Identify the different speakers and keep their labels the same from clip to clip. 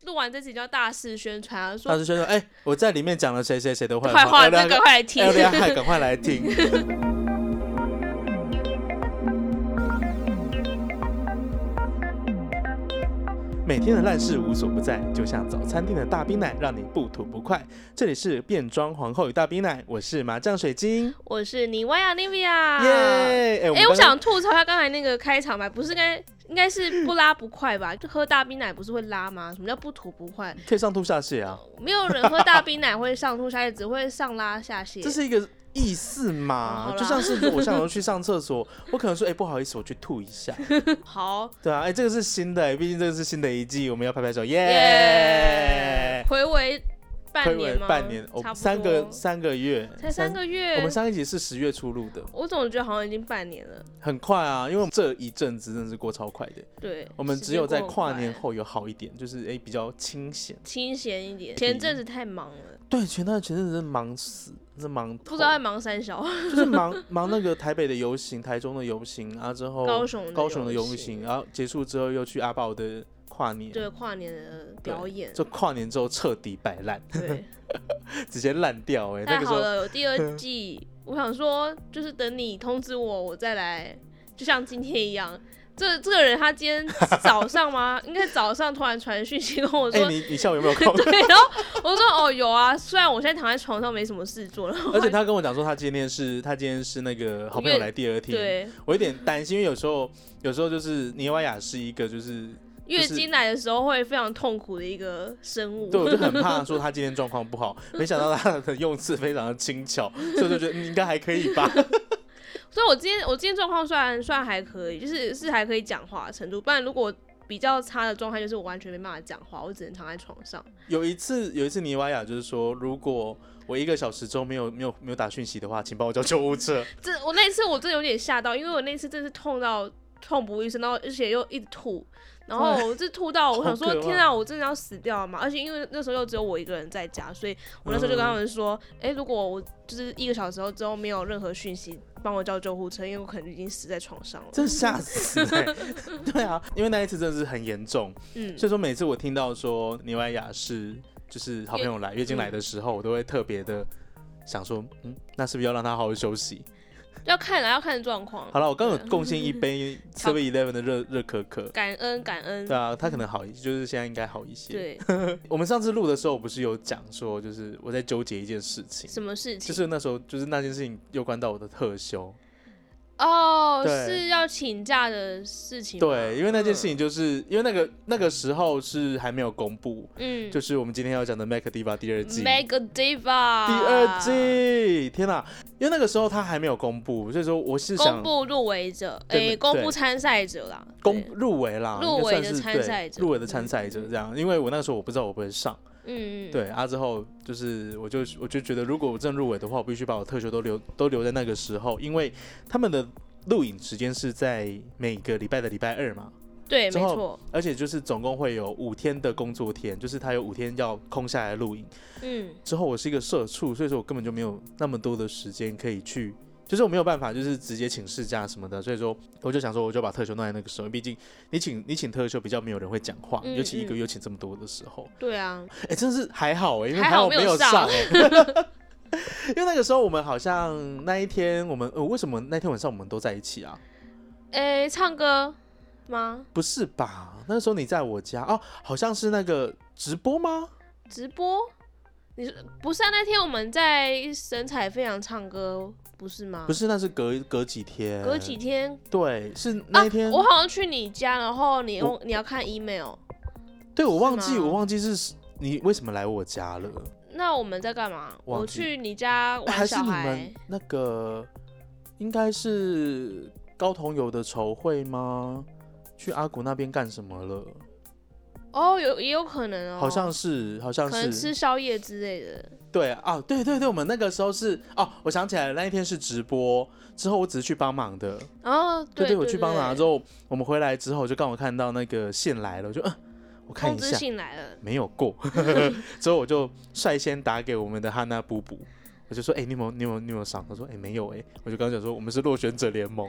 Speaker 1: 录完这集就要大肆宣传啊，
Speaker 2: 大
Speaker 1: 说
Speaker 2: 师兄说：“哎、我在里面讲了谁谁谁的坏
Speaker 1: 快
Speaker 2: 话，
Speaker 1: 画
Speaker 2: 要
Speaker 1: 那
Speaker 2: 不
Speaker 1: 个
Speaker 2: 要
Speaker 1: 快来听
Speaker 2: 要。不要害赶快来听。每天的烂事无所不在，就像早餐店的大冰奶，让你不吐不快。这里是变装皇后与大冰奶，我是麻酱水晶，
Speaker 1: 我是你薇娅 Nivia。
Speaker 2: 耶！哎、
Speaker 1: 哎、
Speaker 2: 们
Speaker 1: 我
Speaker 2: 刚刚
Speaker 1: 想吐槽一下刚才那个开场白，不是该应该是不拉不快吧？就喝大冰奶不是会拉吗？什么叫不吐不快？
Speaker 2: 可以上吐下泻啊，
Speaker 1: 没有人喝大冰奶会上吐下泻，只会上拉下泻。
Speaker 2: 这是一个意思
Speaker 1: 好
Speaker 2: 嘛？
Speaker 1: 啦
Speaker 2: 就像是我想要去上厕所，我可能说：“哎、不好意思，我去吐一下。”
Speaker 1: 好
Speaker 2: 对啊，哎、这个是新的、毕竟这个是新的一季，我们要拍拍手，
Speaker 1: 耶
Speaker 2: 耶！！
Speaker 1: 回味半年吗？
Speaker 2: 半年，我
Speaker 1: 差不多
Speaker 2: 三个三个月，
Speaker 1: 才三。个月。
Speaker 2: 我们上一集是十月初录的，
Speaker 1: 我总觉得好像已经半年了。
Speaker 2: 很快啊，因为我们这一阵子真的是过超快的。
Speaker 1: 对，
Speaker 2: 我们
Speaker 1: 时
Speaker 2: 只
Speaker 1: 间
Speaker 2: 有在
Speaker 1: 过很
Speaker 2: 跨
Speaker 1: 快
Speaker 2: 年后有好一点，就是哎、比较清闲。
Speaker 1: 清闲一
Speaker 2: 嗯
Speaker 1: 点。前阵子太忙了，
Speaker 2: 对，前段前阵子真的忙死，真的忙透
Speaker 1: 不知道在忙三小，
Speaker 2: 就是忙忙那个台北的游行、台中的游行，啊之后
Speaker 1: 高雄
Speaker 2: 高雄的游
Speaker 1: 游
Speaker 2: 行，，然后结束之后又去阿豹的跨年，
Speaker 1: 对跨年的表演，
Speaker 2: 就跨年之后彻底摆烂。
Speaker 1: 对，
Speaker 2: 直接烂掉哎、那
Speaker 1: 太
Speaker 2: 个时
Speaker 1: 好
Speaker 2: 候
Speaker 1: 了，有第 二季。我想说，就是等你通知我，我再来，就像今天一样。这这个人他今天早上吗？ 应该早上突然传讯息跟我
Speaker 2: 哎、
Speaker 1: 说，
Speaker 2: 你你下午有没有空？
Speaker 1: 对，然后我说哦有啊，虽然我现在躺在床上没什么事做，然后
Speaker 2: 而且他跟我讲说，他今天是他今天是那个好朋友来第二天，
Speaker 1: 对
Speaker 2: 我有点担心，因为有时候有时候就是尼瓦雅是一个就是
Speaker 1: 月经来的时候会非常痛苦的一个生物。
Speaker 2: 对我就很怕说他今天状况 不好，没想到他的用字非常的轻巧，所以我就觉得嗯应该还可以 吧。
Speaker 1: 所以我今天我今天状况虽然算还可以，就是是还可以讲话的程度，不然如果我比较差的状态就是我完全没办法讲话，我只能躺在床上。
Speaker 2: 有一次有一次尼瓦雅就是说，如果我一个小时之后没有没有没有打讯息的话，请帮我叫救 护车。
Speaker 1: 这我那一次我真的有点吓到，因为我那次真是痛到痛不欲生，然后而且又一直吐，然后我就吐到我想
Speaker 2: 好
Speaker 1: 说
Speaker 2: 可怕
Speaker 1: 天啊，我真的要死掉了嘛！而且因为那时候又只有我一个人在家，所以我那时候就跟他们说，哎、如果我就是一个小时后之后没有任何讯息，帮我叫救护车，因为我可能已经死在床上了。
Speaker 2: 真吓死哎、 对啊，因为那一次真的是很严重，
Speaker 1: 嗯，
Speaker 2: 所以说每次我听到说尼维雅是就是好朋友来月经来的时候，我都会特别的想说，嗯，那是不是要让他好好休息？
Speaker 1: 要看啊，要看状况。
Speaker 2: 好了，我刚有贡献一 杯
Speaker 1: 巧
Speaker 2: Seven Eleven 的热热可可。
Speaker 1: 感恩感恩。
Speaker 2: 对啊，他可能好一些，就是现在应该好一些。
Speaker 1: 对，
Speaker 2: 我们上次录的时候，我不是有讲说，就是我在纠结一件事情，
Speaker 1: 什么事情？
Speaker 2: 就是那时候，就是那件事情攸关到我的特休。
Speaker 1: 哦，
Speaker 2: 对
Speaker 1: 是要请假的事情吗。
Speaker 2: 对，因为那件事
Speaker 1: 情，
Speaker 2: 情就是、因为那个那个时候是还没有公布，
Speaker 1: 嗯，
Speaker 2: 就是我们今天要讲的《Mac Diva》第二季。
Speaker 1: Mega Diva
Speaker 2: 第二季，
Speaker 1: 啊
Speaker 2: 天哪！因为那个时候他还没有公布，所以说我是
Speaker 1: 公
Speaker 2: 想
Speaker 1: 布入围者，
Speaker 2: 对
Speaker 1: 诶、
Speaker 2: 对
Speaker 1: 公布参赛者啦。
Speaker 2: 公
Speaker 1: 对
Speaker 2: 入围啦，
Speaker 1: 入围的
Speaker 2: 应该算是
Speaker 1: 参赛者
Speaker 2: 对入围的参赛者这样。因为我那个时候我不知道我不会上，
Speaker 1: 嗯，嗯，
Speaker 2: 对啊，之后就是我就我就觉得，如果我真入围的话，我必须把我特休都留都留在那个时候，因为他们的录影时间是在每个礼拜的礼拜二嘛，
Speaker 1: 对，
Speaker 2: 之
Speaker 1: 没
Speaker 2: 后
Speaker 1: 错，
Speaker 2: 而且就是总共会有五天的工作天，就是他有五天要空下来录影。
Speaker 1: 嗯，
Speaker 2: 之后我是一个社畜，所以说我根本就没有那么多的时间可以去，就是我没有办法就是直接请事假什么的，所以说我就想说我就把特休弄在那个时候，毕竟你请你请特休比较没有人会讲话，
Speaker 1: 嗯
Speaker 2: 尤其一个月请这么多的时候，
Speaker 1: 对啊，
Speaker 2: 哎、真的是还好哎、因为
Speaker 1: 还好
Speaker 2: 好
Speaker 1: 没
Speaker 2: 没
Speaker 1: 有
Speaker 2: 有
Speaker 1: 上
Speaker 2: 上 哎、 因为那个时候我们好像那一天我们呃为什么那天晚上我们都在一起啊？
Speaker 1: 诶、唱歌吗？
Speaker 2: 不是吧？那时候你在我家哦，好像是那个直播吗？
Speaker 1: 直播？你说不是啊？那天我们在神采飞扬唱歌，不是吗？
Speaker 2: 不是，那是隔隔几天，
Speaker 1: 隔几天
Speaker 2: 对，是那一天、
Speaker 1: 啊，我好像去你家，然后你用
Speaker 2: 我
Speaker 1: 你要看 email，
Speaker 2: 对，我
Speaker 1: 是
Speaker 2: 忘记，
Speaker 1: 吗
Speaker 2: 我忘记是你为什么来我家了？
Speaker 1: 那我们在干嘛？
Speaker 2: 忘
Speaker 1: 我
Speaker 2: 记
Speaker 1: 去你家
Speaker 2: 哎还
Speaker 1: 玩
Speaker 2: 是
Speaker 1: 小
Speaker 2: 你
Speaker 1: 孩
Speaker 2: 们。那个应该是高同友的筹会吗？去阿古那边干什么了？
Speaker 1: 哦，有也有可能哦，
Speaker 2: 好像是，好像
Speaker 1: 可能
Speaker 2: 是
Speaker 1: 吃，宵夜之类的。
Speaker 2: 对啊，对对对，我们那个时候是哦，我想起来了，那一天是直播，之后我只是去帮忙的，
Speaker 1: 哦，
Speaker 2: 对
Speaker 1: 对，
Speaker 2: 我去帮忙之
Speaker 1: 后，
Speaker 2: 后，我们回来之后就刚好看到那个线来了，我就嗯，我看
Speaker 1: 通
Speaker 2: 一
Speaker 1: 知
Speaker 2: 下，
Speaker 1: 信来了。
Speaker 2: 没有过， 之后我就率先打给我们的汉娜布布，我就说：“哎、你有没有你有没有你有没有上？”他说：“哎、没有哎、我就刚刚讲说我们是落选者联盟，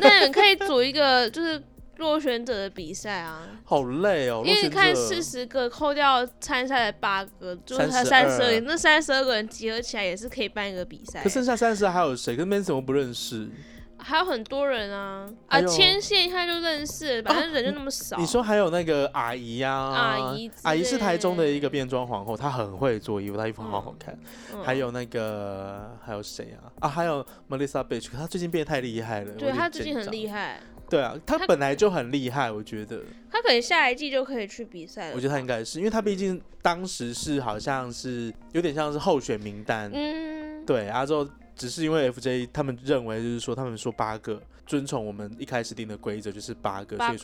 Speaker 1: 那你可以组一个，就是落选者的比赛啊，
Speaker 2: 好累哦。
Speaker 1: 因为你看四
Speaker 2: 四
Speaker 1: 十个扣掉参赛的八个，就是才三
Speaker 2: 32
Speaker 1: 十二，那三十二个人集合起来也是可以办一个比赛
Speaker 2: 可。剩下三十还有谁？跟 Manson 我不认识。
Speaker 1: 还有很多人啊，
Speaker 2: 还
Speaker 1: 啊，
Speaker 2: 有
Speaker 1: 牵线一看就认识了，反正人就那么少。
Speaker 2: 你说还有那个阿姨呀、
Speaker 1: 阿姨之类
Speaker 2: 阿姨是台中的一个变装皇后，她很会做衣服，她衣服好好看。
Speaker 1: 嗯
Speaker 2: 还有那个还有谁啊？啊，还有 Melissa Beach，她最近变得太厉害了。
Speaker 1: 对他最近很
Speaker 2: 害。
Speaker 1: 厉害，
Speaker 2: 对啊，她
Speaker 1: 她
Speaker 2: 本来就很厉害，我觉得，
Speaker 1: 他可能下一季就可以去比赛
Speaker 2: 我
Speaker 1: 了
Speaker 2: 觉。得她应该是，因为她毕竟当时是好像是有点像是候选名单，
Speaker 1: 嗯，
Speaker 2: 对，啊然后之后只是因为 FJ 他们认为就是说他们说八个遵从我们一开始定的规则就是八个，
Speaker 1: 八
Speaker 2: 所
Speaker 1: 个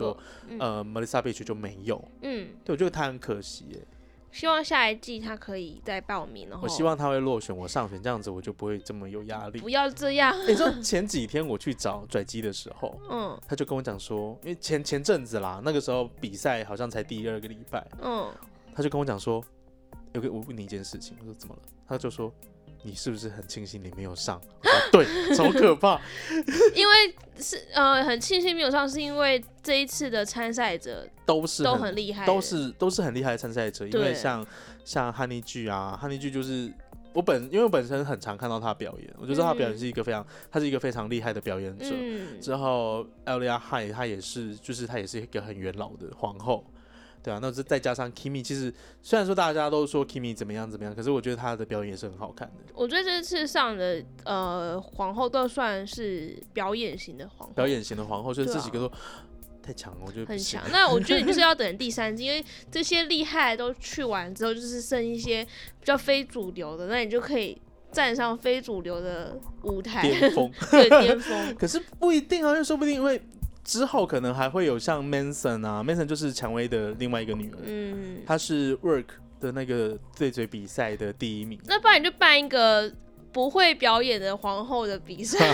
Speaker 2: 以说、呃 Melissa Beach 就没有，
Speaker 1: 嗯，
Speaker 2: 对，我觉得她很可惜耶。
Speaker 1: 希望下一季他可以再报名，然后
Speaker 2: 我希望他会落选，我上选，这样子我就不会这么有压力。
Speaker 1: 哦不要这样。
Speaker 2: 你知道前几天我去找拽鸡的时候，
Speaker 1: 嗯
Speaker 2: 他就跟我讲说，因为前前阵子啦，那个时候比赛好像才第二个礼拜，
Speaker 1: 嗯，
Speaker 2: 他就跟我讲说，有个我问你一件事情，我说怎么了？他就说你是不是很庆幸你没有上？我说对，超可怕。
Speaker 1: 因为是呃很庆幸没有上，是因为这一次的参赛者
Speaker 2: 都是
Speaker 1: 都
Speaker 2: 很
Speaker 1: 很厉害的，
Speaker 2: 都是都是很厉害的参赛者，因为
Speaker 1: 对
Speaker 2: 像像汉尼剧啊，汉尼剧就是我本因为我本身很常看到他表演，我就知道他表演
Speaker 1: 嗯
Speaker 2: 是一个非常、他是一个非常厉害的表演者。
Speaker 1: 嗯，
Speaker 2: 之后艾莉亚汉她也是，就是她也是一个很元老的皇后。对啊，那这再加上 Kimi，其实虽然说大家都说 Kimi 怎么样怎么样，可是我觉得她的表演也是很好看的，
Speaker 1: 我觉得这次上的呃皇后都算是表演型的皇后，
Speaker 2: 表演型的皇后，所以
Speaker 1: 对啊
Speaker 2: 这几个都、太强了，我觉得不
Speaker 1: 很
Speaker 2: 行
Speaker 1: 强。那我觉得你就是要等第三季，因为这些厉害都去完之后，就是剩一些比较非主流的，那你就可以站上非主流的舞台，
Speaker 2: 巅峰。
Speaker 1: 对巅峰。
Speaker 2: 可是不一定啊，因为说不定因为之后可能还会有像 Manson 啊，Manson 就是蔷薇的另外一个女儿，
Speaker 1: 嗯，
Speaker 2: 她是 Work 的那个对嘴比赛的第一名，
Speaker 1: 那不然你就办一个不会表演的皇后的比 赛，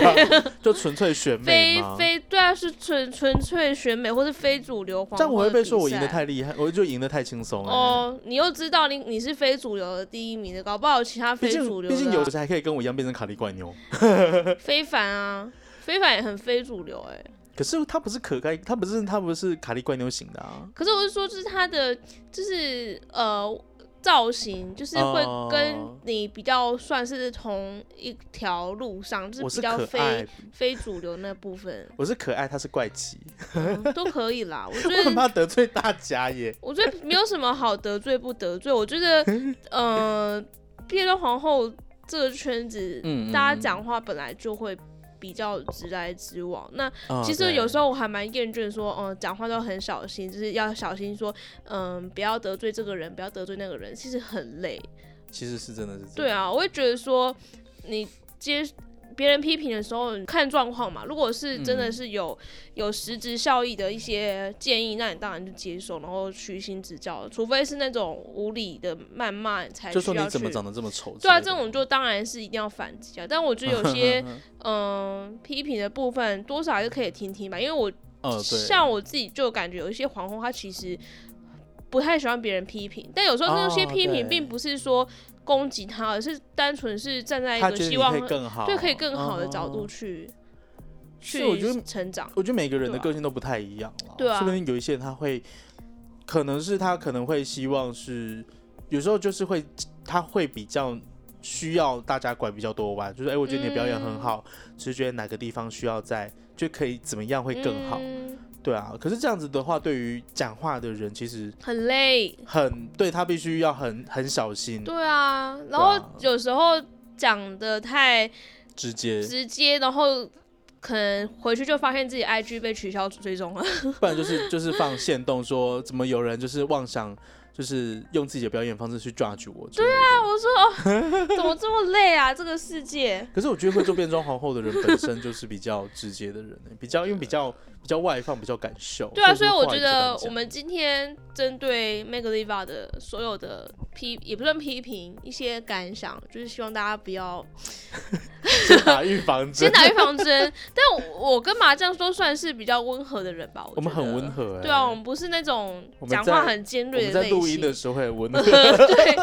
Speaker 2: 就纯粹选美
Speaker 1: 非
Speaker 2: 嘛。
Speaker 1: 非对啊，是纯纯粹选美或是非主流皇后
Speaker 2: 这样我会被说我赢
Speaker 1: 的
Speaker 2: 得
Speaker 1: 比赛。
Speaker 2: 太啊厉害，我就赢得太轻松了、
Speaker 1: 哦，你又知道你你是非主流的第一名的，搞不好有其他
Speaker 2: 毕
Speaker 1: 非主流
Speaker 2: 竟，毕
Speaker 1: 的、
Speaker 2: 竟
Speaker 1: 啊，
Speaker 2: 有时还可以跟我一样变成卡利怪妞，
Speaker 1: 非凡啊，非凡也很非主流哎、
Speaker 2: 可是他不是可该，他不是他不是卡利怪妞型的啊。
Speaker 1: 可是我是说，就是他的就是呃造型，就是会跟
Speaker 2: 哦
Speaker 1: 你比较算是同一条路上，就
Speaker 2: 我
Speaker 1: 是
Speaker 2: 是
Speaker 1: 比较
Speaker 2: 可
Speaker 1: 非
Speaker 2: 爱，
Speaker 1: 非主流那部分、
Speaker 2: 我是可爱，他是怪奇，
Speaker 1: 嗯都可以啦。我觉
Speaker 2: 我很
Speaker 1: 得。
Speaker 2: 怕得罪大家耶。
Speaker 1: 我觉得没有什么好得罪不得罪，我觉 得，呃，变装皇后这个圈子，
Speaker 2: 嗯
Speaker 1: 大家讲话本来就会比较直来直往。那
Speaker 2: 嗯
Speaker 1: 其实有时
Speaker 2: 候，
Speaker 1: 候我还蛮厌倦说，嗯，讲话都很小心，就是要小心说，嗯，不要得罪这个人，不要得罪那个人，其实很累。
Speaker 2: 其实是真的是这
Speaker 1: 对
Speaker 2: 样，
Speaker 1: 啊，我会觉得说，你接别人批评的时候，你看状况嘛。如果是真的
Speaker 2: 嗯
Speaker 1: 是有、有实质效益的一些建议，那你当然就接受，然后虚心指教。除非是那种无理的谩骂，你才
Speaker 2: 就
Speaker 1: 需
Speaker 2: 说
Speaker 1: 要
Speaker 2: 你
Speaker 1: 去
Speaker 2: 怎么。长得这么丑之类的？
Speaker 1: 对啊，这种就当然是一定要反击啊。但我觉得有 些嗯批评的部分，多少还是可以听听吧，因为我
Speaker 2: 呃，对，
Speaker 1: 像我自己就感觉有一些皇后，她其实不太喜欢别人批评，但有时候那些
Speaker 2: 哦
Speaker 1: 批评
Speaker 2: 对
Speaker 1: 并不是说攻击她，而是单纯是站在一
Speaker 2: 他
Speaker 1: 个
Speaker 2: 觉得
Speaker 1: 希
Speaker 2: 你
Speaker 1: 望
Speaker 2: 可以更好，
Speaker 1: 对可以更好的角度
Speaker 2: 哦。
Speaker 1: 去、
Speaker 2: 是我觉
Speaker 1: 去
Speaker 2: 得
Speaker 1: 成长。
Speaker 2: 我觉得每个人的
Speaker 1: 对啊
Speaker 2: 个性都不太一样了，
Speaker 1: 对啊
Speaker 2: 说不定有一些人他会，可能是他可能会希望是，有时候就是会他会比较需要大家管比较多吧，就是哎、我觉得你的表演
Speaker 1: 嗯
Speaker 2: 很好，只是觉得哪个地方需要在就可以怎么样会更好，
Speaker 1: 嗯
Speaker 2: 对啊。可是这样子的话，对于讲话的人其实
Speaker 1: 很累，
Speaker 2: 很对他必须要很很小心，
Speaker 1: 对啊。然
Speaker 2: 对
Speaker 1: 后
Speaker 2: 啊
Speaker 1: 有时候讲的太
Speaker 2: 直接，
Speaker 1: 直接，然后可能回去就发现自己 IG 被取消追踪了。
Speaker 2: 不然就是就是放线动说怎么有人就是妄想。就是用自己的表演方式去抓住我。对啊，
Speaker 1: 我说、哦、怎么这么累啊？这个世界。
Speaker 2: 可是我觉得会做变装皇后的人本身就是比较直接的人、 欸，比较因为比较比较外放，比较敢秀。
Speaker 1: 对啊，所
Speaker 2: 所
Speaker 1: 以
Speaker 2: 以
Speaker 1: 我
Speaker 2: 说话
Speaker 1: 觉
Speaker 2: 也比较
Speaker 1: 得
Speaker 2: 敢讲
Speaker 1: 我们今天针对 m e g a l i v a 的所有的批，也不算批评，一些感想，就是希望大家不 要
Speaker 2: 先打预防
Speaker 1: 先
Speaker 2: 针，
Speaker 1: 打预防针。但我我跟麻将都算是比较温和的人吧，
Speaker 2: 我们
Speaker 1: 觉得
Speaker 2: 很温。和、欸。
Speaker 1: 对啊，我们不是那种
Speaker 2: 我们
Speaker 1: 讲
Speaker 2: 在
Speaker 1: 话很尖
Speaker 2: 我
Speaker 1: 锐
Speaker 2: 们在
Speaker 1: 类
Speaker 2: 录音
Speaker 1: 型
Speaker 2: 的。时候也温和。
Speaker 1: 对，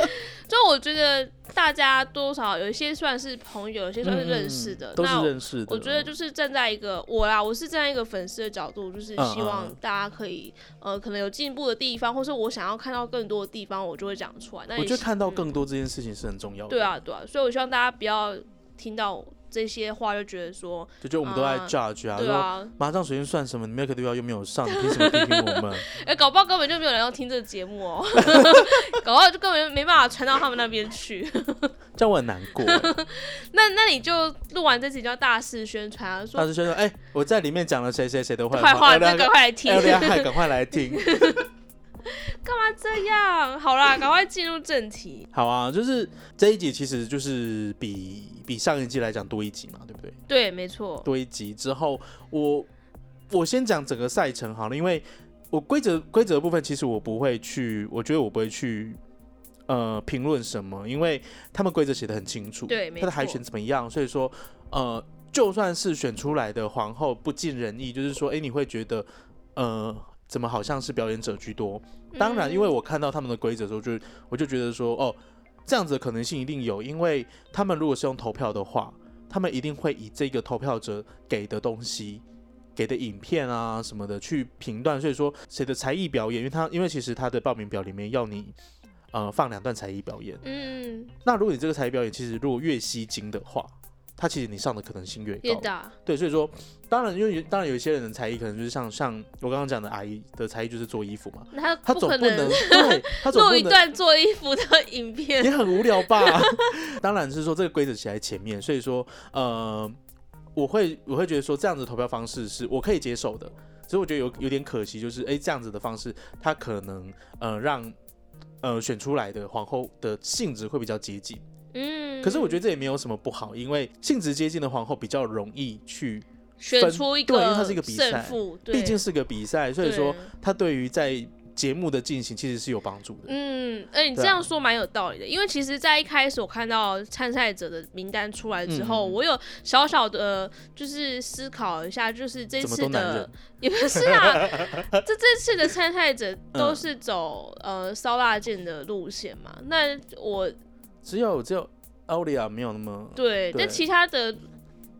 Speaker 1: 就我觉得大家多少有一些算是朋友，有些算是认识的。
Speaker 2: 嗯都
Speaker 1: 那
Speaker 2: 是
Speaker 1: 我
Speaker 2: 认识的。
Speaker 1: 我觉得就是站在一个我啦，我是站在一个粉丝的角度，就是
Speaker 2: 嗯
Speaker 1: 希望大家可以、呃，可能有进步的地方，或是我想要看到更多的地方，我就会讲出来。那也
Speaker 2: 我觉得
Speaker 1: 希
Speaker 2: 看到
Speaker 1: 嗯
Speaker 2: 更多这件事情是很重要的。
Speaker 1: 对，啊，对啊，所以我希望大家不要听到这些话就觉得说，
Speaker 2: 就觉得我们都在
Speaker 1: 啊
Speaker 2: judge 啊，
Speaker 1: 对
Speaker 2: 说
Speaker 1: 啊，
Speaker 2: 麻将水晶算什么？你没有课地标又没有上，你凭什么批评我们？
Speaker 1: 哎、搞不好根本就没有人要听这个节目 哦， 搞不好就根本没办法传到他们那边去。
Speaker 2: 这样我很难过欸。
Speaker 1: 那那你就录完这集就要大肆宣传啊，
Speaker 2: 大
Speaker 1: 说
Speaker 2: 师兄说：“哎、我在里面讲了谁谁谁的坏
Speaker 1: 坏话，
Speaker 2: 要不要
Speaker 1: 那个快来听
Speaker 2: 哎，要不要嗨赶快来听。
Speaker 1: 这样好啦，赶快进入正题。
Speaker 2: 好啊，就是这一集其实就是比比上一季来讲多一集嘛，对不对？
Speaker 1: 对，没错，
Speaker 2: 多一集之后，我我先讲整个赛程好了，因为我规则规则的部分其实我不会去，我觉得我不会去。呃，评论什么？因为他们规则写的很清楚，
Speaker 1: 对没
Speaker 2: 他的海
Speaker 1: 错
Speaker 2: 选怎么样？所以说，呃，就算是选出来的皇后不尽人意，就是说，哎、你会觉得，呃，怎么好像是表演者居多？当然，因
Speaker 1: 嗯
Speaker 2: 为我看到他们的规则的时候就，我就觉得说，哦，这样子的可能性一定有，因为他们如果是用投票的话，他们一定会以这个投票者给的东西、给的影片啊什么的去评断，所以说谁的才艺表演，因为他因为其实他的报名表里面要你。呃，放两段才艺表演。
Speaker 1: 嗯，嗯，
Speaker 2: 那如果你这个才艺表演其实如果越吸睛的话，它其实你上的可能性越
Speaker 1: 也
Speaker 2: 高。
Speaker 1: 打，
Speaker 2: 对，所以说，当然，因为有当然有一些人的才艺可能就是像像我刚刚讲的阿姨的才艺就是做衣服嘛，
Speaker 1: 那
Speaker 2: 他
Speaker 1: 他
Speaker 2: 总
Speaker 1: 可
Speaker 2: 不能
Speaker 1: 能
Speaker 2: 对，他总
Speaker 1: 录
Speaker 2: 不
Speaker 1: 一
Speaker 2: 能
Speaker 1: 段做衣服的影片
Speaker 2: 也。很无聊吧？ 当然是说这个规则写在前面，所以说呃，我会我会觉得说这样子的投票方式是我可以接受的，只是我觉得有有点可惜，就是哎、这样子的方式，它可能呃让呃选出来的皇后的性质会比较接近，
Speaker 1: 嗯，
Speaker 2: 可是我觉得这也没有什么不好，因为性质接近的皇后比较容易去，
Speaker 1: 选
Speaker 2: 分
Speaker 1: 出一
Speaker 2: 对
Speaker 1: 个
Speaker 2: 因为它是一个比赛
Speaker 1: 胜负，对
Speaker 2: 毕竟是个比赛，所以
Speaker 1: 嗯
Speaker 2: 说
Speaker 1: 对
Speaker 2: 它对于在节目的进行其实是有帮助的。
Speaker 1: 嗯，哎、你
Speaker 2: 对啊
Speaker 1: 这样说蛮有道理的，因为其实，在一开始我看到参赛者的名单出来之后，
Speaker 2: 嗯
Speaker 1: 我有小小的、呃就是思考一下，嗯就是这
Speaker 2: 怎么
Speaker 1: 次
Speaker 2: 都男
Speaker 1: 的
Speaker 2: 人
Speaker 1: 也不是啊，这这次的参赛者
Speaker 2: 嗯
Speaker 1: 都是走、呃烧腊剑的路线嘛，那我
Speaker 2: 只有只有奥利亚没有那么
Speaker 1: 对，
Speaker 2: 对
Speaker 1: 但其他的。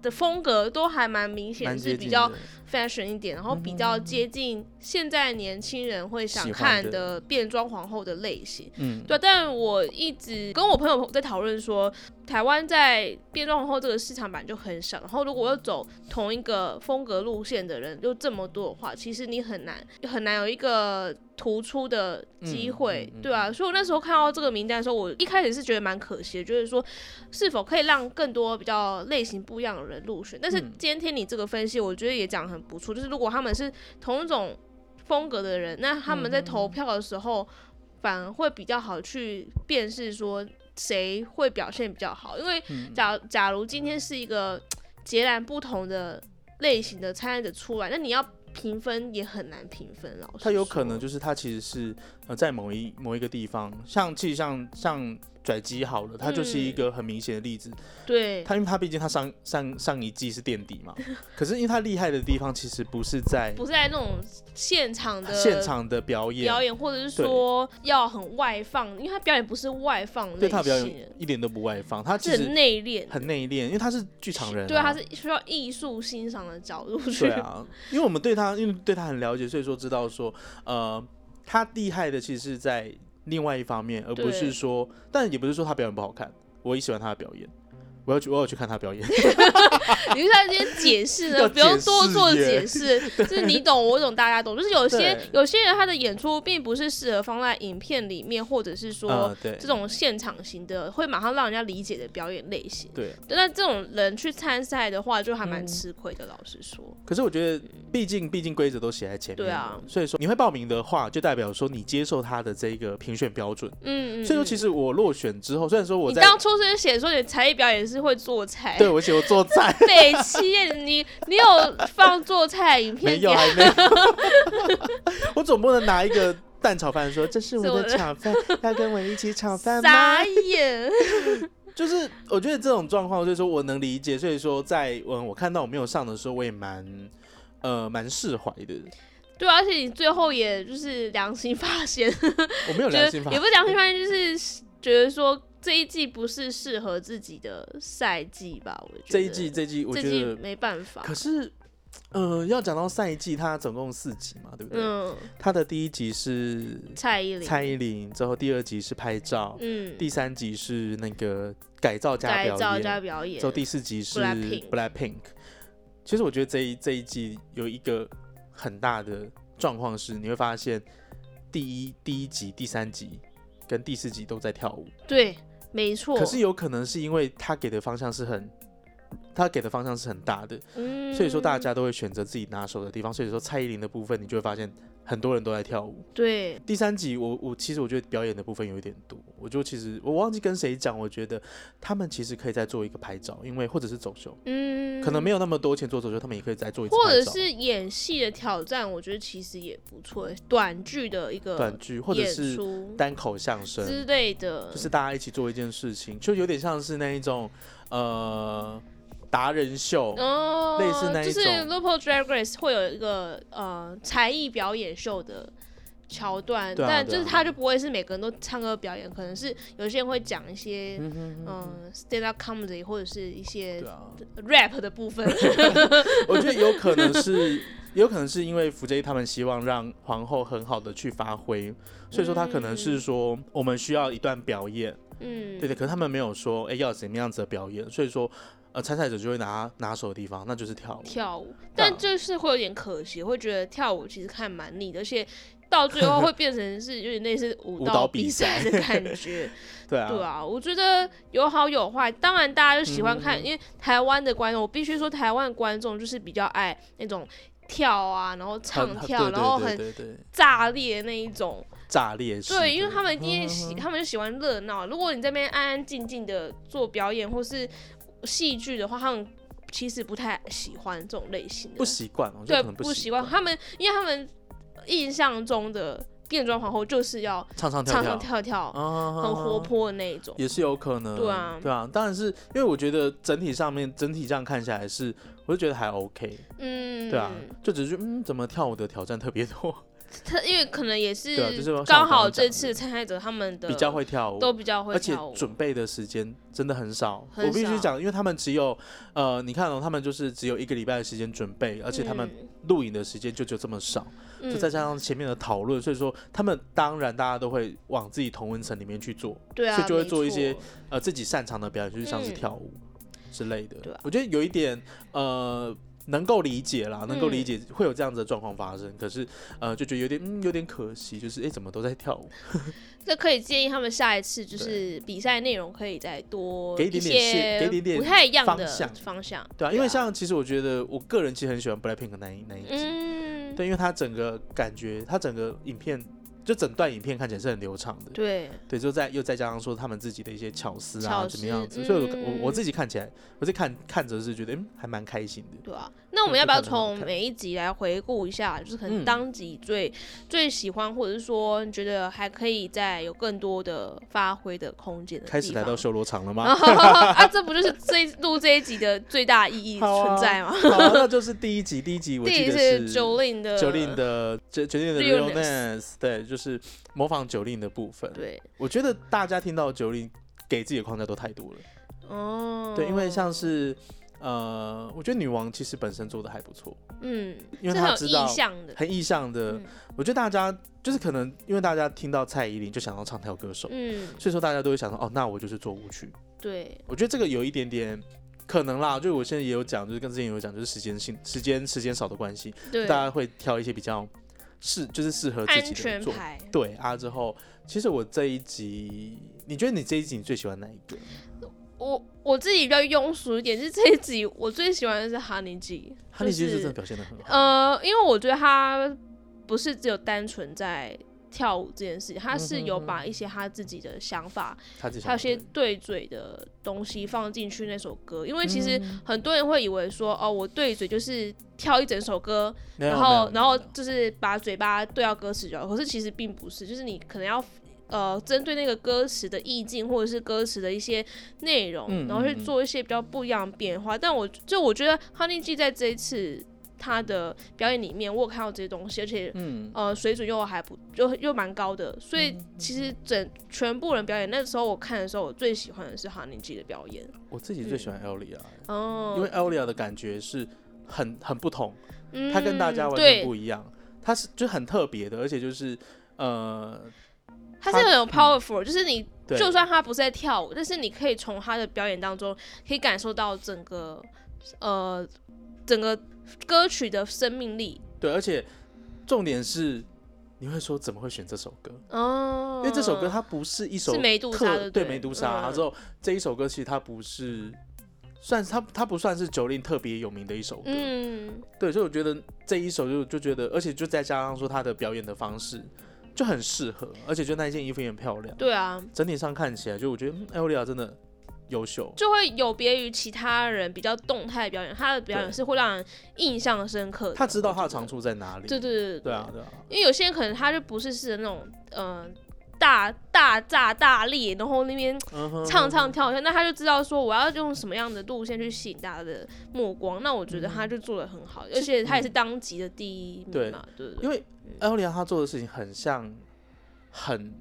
Speaker 1: 的风格都还蛮明显，
Speaker 2: 蛮
Speaker 1: 是
Speaker 2: 接
Speaker 1: 比
Speaker 2: 近
Speaker 1: 较
Speaker 2: 的。嗯
Speaker 1: fashion 一点，然后比较接近现在年轻人会想
Speaker 2: 喜欢
Speaker 1: 看
Speaker 2: 的
Speaker 1: 的变装皇后的类型。
Speaker 2: 嗯，
Speaker 1: 对，但我一直跟我朋友在讨论说，台湾在变装皇后这个市场版就很小，然后如果要走同一个风格路线的人又这么多的话，其实你很难很难有一个突出的机会，
Speaker 2: 嗯嗯嗯
Speaker 1: 对啊，所以我那时候看到这个名单的时候，我一开始是觉得蛮可惜的，就是说是否可以让更多比较类型不一样的人入选。但是
Speaker 2: 嗯
Speaker 1: 今天你这个分析，我觉得也讲得很不错，就是如果他们是同一种风格的人，那他们在投票的时候，
Speaker 2: 嗯
Speaker 1: 反而会比较好去辨识说谁会表现比较好。因
Speaker 2: 嗯
Speaker 1: 为假假如今天是一个截然不同的类型的参赛者出来，那你要评分也很难评分。老师，
Speaker 2: 他有可能就是他其实是呃在某一某一个地方，像其实像像拽鸡好了，他就是一个很明显的例子。
Speaker 1: 嗯对，
Speaker 2: 他因为他毕竟他上上上一季是垫底 嘛，可是因为他厉害的地方其实不是在
Speaker 1: 不是在那种现场的
Speaker 2: 现场的表演，
Speaker 1: 表演，或者是说要很外放，因为他表演不是外放类
Speaker 2: 对他的表
Speaker 1: 型
Speaker 2: 演，一点都不外放，他其
Speaker 1: 是
Speaker 2: 实
Speaker 1: 很内敛的，
Speaker 2: 很内敛，因为他是剧场人、啊，
Speaker 1: 对啊，他是需要艺术欣赏的角度 去
Speaker 2: 对啊，因为我们对他，因为对他很了解，所以说知道说，呃，他厉害的其实是在另外一方面，而不
Speaker 1: 对
Speaker 2: 是说，但也不是说他表演不好看，我也喜欢他的表演，我要去，我要去看他表演。
Speaker 1: 你就在这边解释呢，
Speaker 2: 要
Speaker 1: 不用
Speaker 2: 解
Speaker 1: 多
Speaker 2: 释
Speaker 1: 做
Speaker 2: 耶
Speaker 1: 解释， 就是你懂我懂大家懂。就是有些
Speaker 2: 对
Speaker 1: 有些人他的演出并不是适合放在影片里面，或者是说
Speaker 2: 呃，对
Speaker 1: 这，种现场型的，会马上让人家理解的表演类型。
Speaker 2: 对。
Speaker 1: 对那这种人去参赛的话，就还
Speaker 2: 嗯
Speaker 1: 蛮吃亏的。老实说，
Speaker 2: 可是我觉得，毕竟毕竟规则都写在前面
Speaker 1: 对
Speaker 2: 了，
Speaker 1: 啊
Speaker 2: 所以说你会报名的话，就代表说你接受他的这个评选标准。
Speaker 1: 嗯，嗯
Speaker 2: 所以说，其
Speaker 1: 实
Speaker 2: 实我落选之后，虽然说我
Speaker 1: 你
Speaker 2: 在
Speaker 1: 当初是写说你才艺表演是会做菜，，
Speaker 2: 对我写我做菜
Speaker 1: 北七耶，你你有放做菜影片
Speaker 2: 没
Speaker 1: 给
Speaker 2: 有啊还没有， 我总不能拿一个蛋炒饭说这是
Speaker 1: 是
Speaker 2: 我
Speaker 1: 我
Speaker 2: 的
Speaker 1: 的
Speaker 2: 炒饭，要跟我一起炒饭吗
Speaker 1: 傻？眼，
Speaker 2: 就是我觉得这种状况，所以说我能理解，所以说在嗯我看到我没有上的时候，我也蛮呃蛮释怀的，
Speaker 1: 对啊，而且你最后也就是良心发现，
Speaker 2: 我没有
Speaker 1: 觉
Speaker 2: 良心
Speaker 1: 得
Speaker 2: 发
Speaker 1: 也不是良心发现，就是觉得说这一季不是适合自己的赛季吧？我觉得
Speaker 2: 这一季这一季我
Speaker 1: 这
Speaker 2: 觉
Speaker 1: 季
Speaker 2: 得，
Speaker 1: 没办法
Speaker 2: 可。是，呃，要讲到赛季，它总共四集嘛，对不对？
Speaker 1: 嗯，
Speaker 2: 它的第一集是
Speaker 1: 蔡依林，
Speaker 2: 蔡依林，之后第二集是拍照，
Speaker 1: 嗯，
Speaker 2: 第三集是那个改造加
Speaker 1: 改
Speaker 2: 表
Speaker 1: 造
Speaker 2: 演，
Speaker 1: 加表演
Speaker 2: 之，后第四集是
Speaker 1: Blackpink
Speaker 2: Blackpink。其实我觉得这一这一季有一个很大的状况是，你会发现第一第一集、第三集跟第四集都在跳舞，
Speaker 1: 对，没错。
Speaker 2: 可是有可能是因为他给的方向是很，他给的方向是很大的，
Speaker 1: 嗯，
Speaker 2: 所以说大家都会选择自己拿手的地方。所以说蔡依林的部分，你就会发现很多人都在跳舞。
Speaker 1: 对，
Speaker 2: 第三集我，我其实我觉得表演的部分有一点多，我就其实我忘记跟谁讲，我觉得他们其实可以再做一个拍照，因为或者是走秀，
Speaker 1: 嗯，
Speaker 2: 可能没有那么多钱做走秀，他们也可以再做一次
Speaker 1: 或
Speaker 2: 拍
Speaker 1: 者
Speaker 2: 照
Speaker 1: 是演戏的挑战，我觉得其实也不错，短剧的一个
Speaker 2: 短剧，或者
Speaker 1: 演
Speaker 2: 是
Speaker 1: 出
Speaker 2: 单口相
Speaker 1: 之
Speaker 2: 声，
Speaker 1: 类的，
Speaker 2: 就是大家一起做一件事情，就有点像是那一种呃达人秀，
Speaker 1: 哦，
Speaker 2: 类似那一
Speaker 1: 就是
Speaker 2: 种
Speaker 1: RuPaul Drag Race 会有一个呃才艺表演秀的桥段，
Speaker 2: 对啊
Speaker 1: 但
Speaker 2: 对
Speaker 1: 就是
Speaker 2: 啊
Speaker 1: 他就不会是每个人都唱歌表演，可能是有些人会讲一些嗯、stand up comedy 或者是一些
Speaker 2: 对啊，
Speaker 1: rap 的部 分，
Speaker 2: 我觉得有可能是，有可能是因为福 J 他们希望让皇后很好的去发挥，所以说他可能是说我们需要一段表演，
Speaker 1: 嗯，
Speaker 2: 对对，可是他们没有说哎、诶要怎么样子的表演，所以说呃参赛者就会拿拿手的地方，那就是跳舞。
Speaker 1: 跳舞，但就是会有点可惜，会觉得跳舞其实看蛮腻的，而且到最后会变成是有点类似舞
Speaker 2: 舞蹈
Speaker 1: 蹈
Speaker 2: 比
Speaker 1: 比赛的感觉。
Speaker 2: 对啊，
Speaker 1: 对啊，我觉得有好有坏，当然大家就喜欢
Speaker 2: 嗯
Speaker 1: 看，因为台湾的观众，我必须说台湾的观众就是比较爱那种跳啊，然后
Speaker 2: 很
Speaker 1: 唱
Speaker 2: 很
Speaker 1: 跳，
Speaker 2: 对
Speaker 1: 然后
Speaker 2: 对
Speaker 1: 很
Speaker 2: 对对对，
Speaker 1: 炸裂那一种。
Speaker 2: 炸裂式的。
Speaker 1: 对，因为他们一定喜，
Speaker 2: 嗯
Speaker 1: 他们就喜欢热闹。如果你这边安安静静的做表演或是戏剧的话，他们其实不太喜欢这种类型的。
Speaker 2: 不习惯，我觉
Speaker 1: 对，
Speaker 2: 得可能
Speaker 1: 不
Speaker 2: 习
Speaker 1: 习惯。他们，因为他们印象中的变装皇后就是要
Speaker 2: 唱唱跳
Speaker 1: 唱
Speaker 2: 跳
Speaker 1: 唱，跳跳，
Speaker 2: 啊
Speaker 1: 很活泼的那一种。
Speaker 2: 也是有可能，
Speaker 1: 对啊
Speaker 2: 对啊，当然是因为我觉得整体上面整体这样看下来是，我就觉得还 OK，
Speaker 1: 嗯，
Speaker 2: 对啊，就只是嗯，怎么跳舞的挑战特别多，
Speaker 1: 他因为可能也是
Speaker 2: 对啊就是像我
Speaker 1: 刚
Speaker 2: 刚
Speaker 1: 好
Speaker 2: 刚
Speaker 1: 这
Speaker 2: 讲
Speaker 1: 次参赛者他们 的
Speaker 2: 比较会跳舞，
Speaker 1: 都比较会
Speaker 2: 而且
Speaker 1: 跳舞，
Speaker 2: 准备的时间真的很少。
Speaker 1: 很
Speaker 2: 我必须
Speaker 1: 少
Speaker 2: 讲，因为他们只有呃，你看哦，他们就是只有一个礼拜的时间准备，而且他们
Speaker 1: 嗯
Speaker 2: 录影的时间就只有这么少，就
Speaker 1: 嗯
Speaker 2: 再加上前面的讨论，所以说他们当然大家都会往自己同温层里面去做，
Speaker 1: 对啊，
Speaker 2: 所以就会
Speaker 1: 没
Speaker 2: 做一些
Speaker 1: 错
Speaker 2: 呃自己擅长的表演，就是像是
Speaker 1: 嗯
Speaker 2: 跳舞之类的。
Speaker 1: 对啊
Speaker 2: 我觉得有一点呃。能够理解啦，能够理
Speaker 1: 嗯
Speaker 2: 解会有这样子的状况发生，可是呃就觉得有点嗯有点可惜，就是诶，怎么都在跳舞，
Speaker 1: 这可以建议他们下一次就是比赛内容可以再多
Speaker 2: 给一点点
Speaker 1: 些
Speaker 2: 线给一点点
Speaker 1: 不太一样的
Speaker 2: 方向
Speaker 1: 方向，
Speaker 2: 对啊，因为像其实我觉得我个人其实很喜欢 BLACKPINK 那一那一集，
Speaker 1: 嗯，
Speaker 2: 对，因为它整个感觉，它整个影片就整段影片看起来是很流畅的，
Speaker 1: 对，
Speaker 2: 对，就再又再加上说他们自己的一些巧思啊，
Speaker 1: 巧
Speaker 2: 怎么样
Speaker 1: 思
Speaker 2: 子，所以我
Speaker 1: 嗯
Speaker 2: 我我自己看起来，我自己看看着是觉得嗯还蛮开心的，
Speaker 1: 对啊，那我们
Speaker 2: 嗯
Speaker 1: 要不要
Speaker 2: 就看得很好
Speaker 1: 从
Speaker 2: 看
Speaker 1: 每一集来回顾一下？就是可能
Speaker 2: 嗯
Speaker 1: 当集最、最喜欢，或者是说你觉得还可以再有更多的发挥的空间的地方。
Speaker 2: 开始来到修罗场了 吗？
Speaker 1: 啊，这不就是这一录这一集的最大意义
Speaker 2: 好啊
Speaker 1: 存在吗？
Speaker 2: 好啊，那就是第一集，第一集我
Speaker 1: 第
Speaker 2: 记
Speaker 1: 一
Speaker 2: 得
Speaker 1: 是
Speaker 2: 是
Speaker 1: Jolin 的
Speaker 2: Jolin 的 Jo- Jolin 的
Speaker 1: Realness
Speaker 2: Realness，对，就是模仿 Jolin 的部分。
Speaker 1: 对
Speaker 2: 我觉得大家听到 Jolin 给自己的框架都太多了。
Speaker 1: 哦，
Speaker 2: 对，因为像是呃，我觉得女王其实本身做的还不错，
Speaker 1: 嗯，
Speaker 2: 因
Speaker 1: 这
Speaker 2: 为她
Speaker 1: 很有
Speaker 2: 知
Speaker 1: 意
Speaker 2: 道
Speaker 1: 向的，
Speaker 2: 很意向的。
Speaker 1: 嗯
Speaker 2: 我觉得大家就是可能因为大家听到蔡依林就想要唱跳歌手，
Speaker 1: 嗯，
Speaker 2: 所以说大家都会想说哦，那我就是做舞曲。
Speaker 1: 对，
Speaker 2: 我觉得这个有一点点。可能啦，就我现在也有讲，就是跟之前有讲，就是时间性、时间时间少的关系，
Speaker 1: 对，
Speaker 2: 大家会挑一些比较适，就是适合自
Speaker 1: 安
Speaker 2: 己
Speaker 1: 全
Speaker 2: 的做。
Speaker 1: 牌。
Speaker 2: 对啊，之后其实我这一集，你觉得你这一集你最喜欢哪一个？
Speaker 1: 我我自己比较庸俗一点，就是这一集我最喜欢的是 Honey G，
Speaker 2: 哈利
Speaker 1: 就
Speaker 2: 其实
Speaker 1: 是
Speaker 2: 真的表现的很好。
Speaker 1: 呃，因为我觉得他不是只有单纯在跳舞这件事情，他是
Speaker 2: 嗯
Speaker 1: 有把一些他自己的想法，
Speaker 2: 他自己
Speaker 1: 还有一些
Speaker 2: 想
Speaker 1: 对嘴的东
Speaker 2: 嗯
Speaker 1: 西放进去那首歌。因为其实很多人会以为说，哦，我对嘴就是跳一整首歌，
Speaker 2: 没有
Speaker 1: 然
Speaker 2: 没有
Speaker 1: 后
Speaker 2: 没
Speaker 1: 然后
Speaker 2: 有
Speaker 1: 就是把嘴巴对到歌词就好。可是其实并不是，就是你可能要。呃，针对那个歌词的意境，或者是歌词的一些内容，
Speaker 2: 嗯
Speaker 1: 然后去
Speaker 2: 嗯嗯
Speaker 1: 做一些比较不一样的变化。但我就我觉得 Honey G 在这一次他的表演里面，我有看到这些东西，而且
Speaker 2: 嗯，
Speaker 1: 呃水准又还不又又蛮高的，所以其实整全部人表演那时候我看的时候，我最喜欢的是哈尼基的表演。
Speaker 2: 我自己最喜欢 Elia，、因
Speaker 1: 哦
Speaker 2: 为，Elia 的感觉是很很不同，
Speaker 1: 嗯
Speaker 2: 他跟大家完
Speaker 1: 对
Speaker 2: 全不一样，他是就很特别的，而且就是呃，
Speaker 1: 他
Speaker 2: 他嗯
Speaker 1: 是很有 powerful，、就是你
Speaker 2: 对，
Speaker 1: 就算他不是在跳舞，但是你可以从他的表演当中可以感受到整个呃整个歌曲的生命力
Speaker 2: 对，而且重点是你会说怎么会选这首歌？
Speaker 1: 哦。
Speaker 2: 因为这首歌它不是一首
Speaker 1: 是梅杜莎
Speaker 2: 特
Speaker 1: 的
Speaker 2: 对
Speaker 1: 对
Speaker 2: 梅杜莎，
Speaker 1: 嗯
Speaker 2: 然后之后这一首歌其实它不是。算是它，它不算是九令特别有名的一首歌，
Speaker 1: 嗯
Speaker 2: 对，所以我觉得这一首就就觉得，而且就再加上说他的表演的方式就很适合，而且就那一件衣服也很漂亮，
Speaker 1: 对啊，
Speaker 2: 整体上看起来就我觉得嗯艾欧利亚真的优秀，
Speaker 1: 就会有别于其他人比较动态的表演，他的表演是会让人印象深刻的。
Speaker 2: 他知道他的
Speaker 1: 我觉得
Speaker 2: 长，处在哪里，
Speaker 1: 对对对
Speaker 2: 对啊，对啊，
Speaker 1: 因为有些人可能他就不是是那种呃大大炸大裂，然后那边
Speaker 2: 嗯哼
Speaker 1: 唱唱跳跳，那他就知道说我要用什么样的路线去吸引大家的目光。那我觉得他就做的很好，而且他也是当集的第一名嘛，对不对
Speaker 2: 嗯因为艾欧利亚他做的事情很像很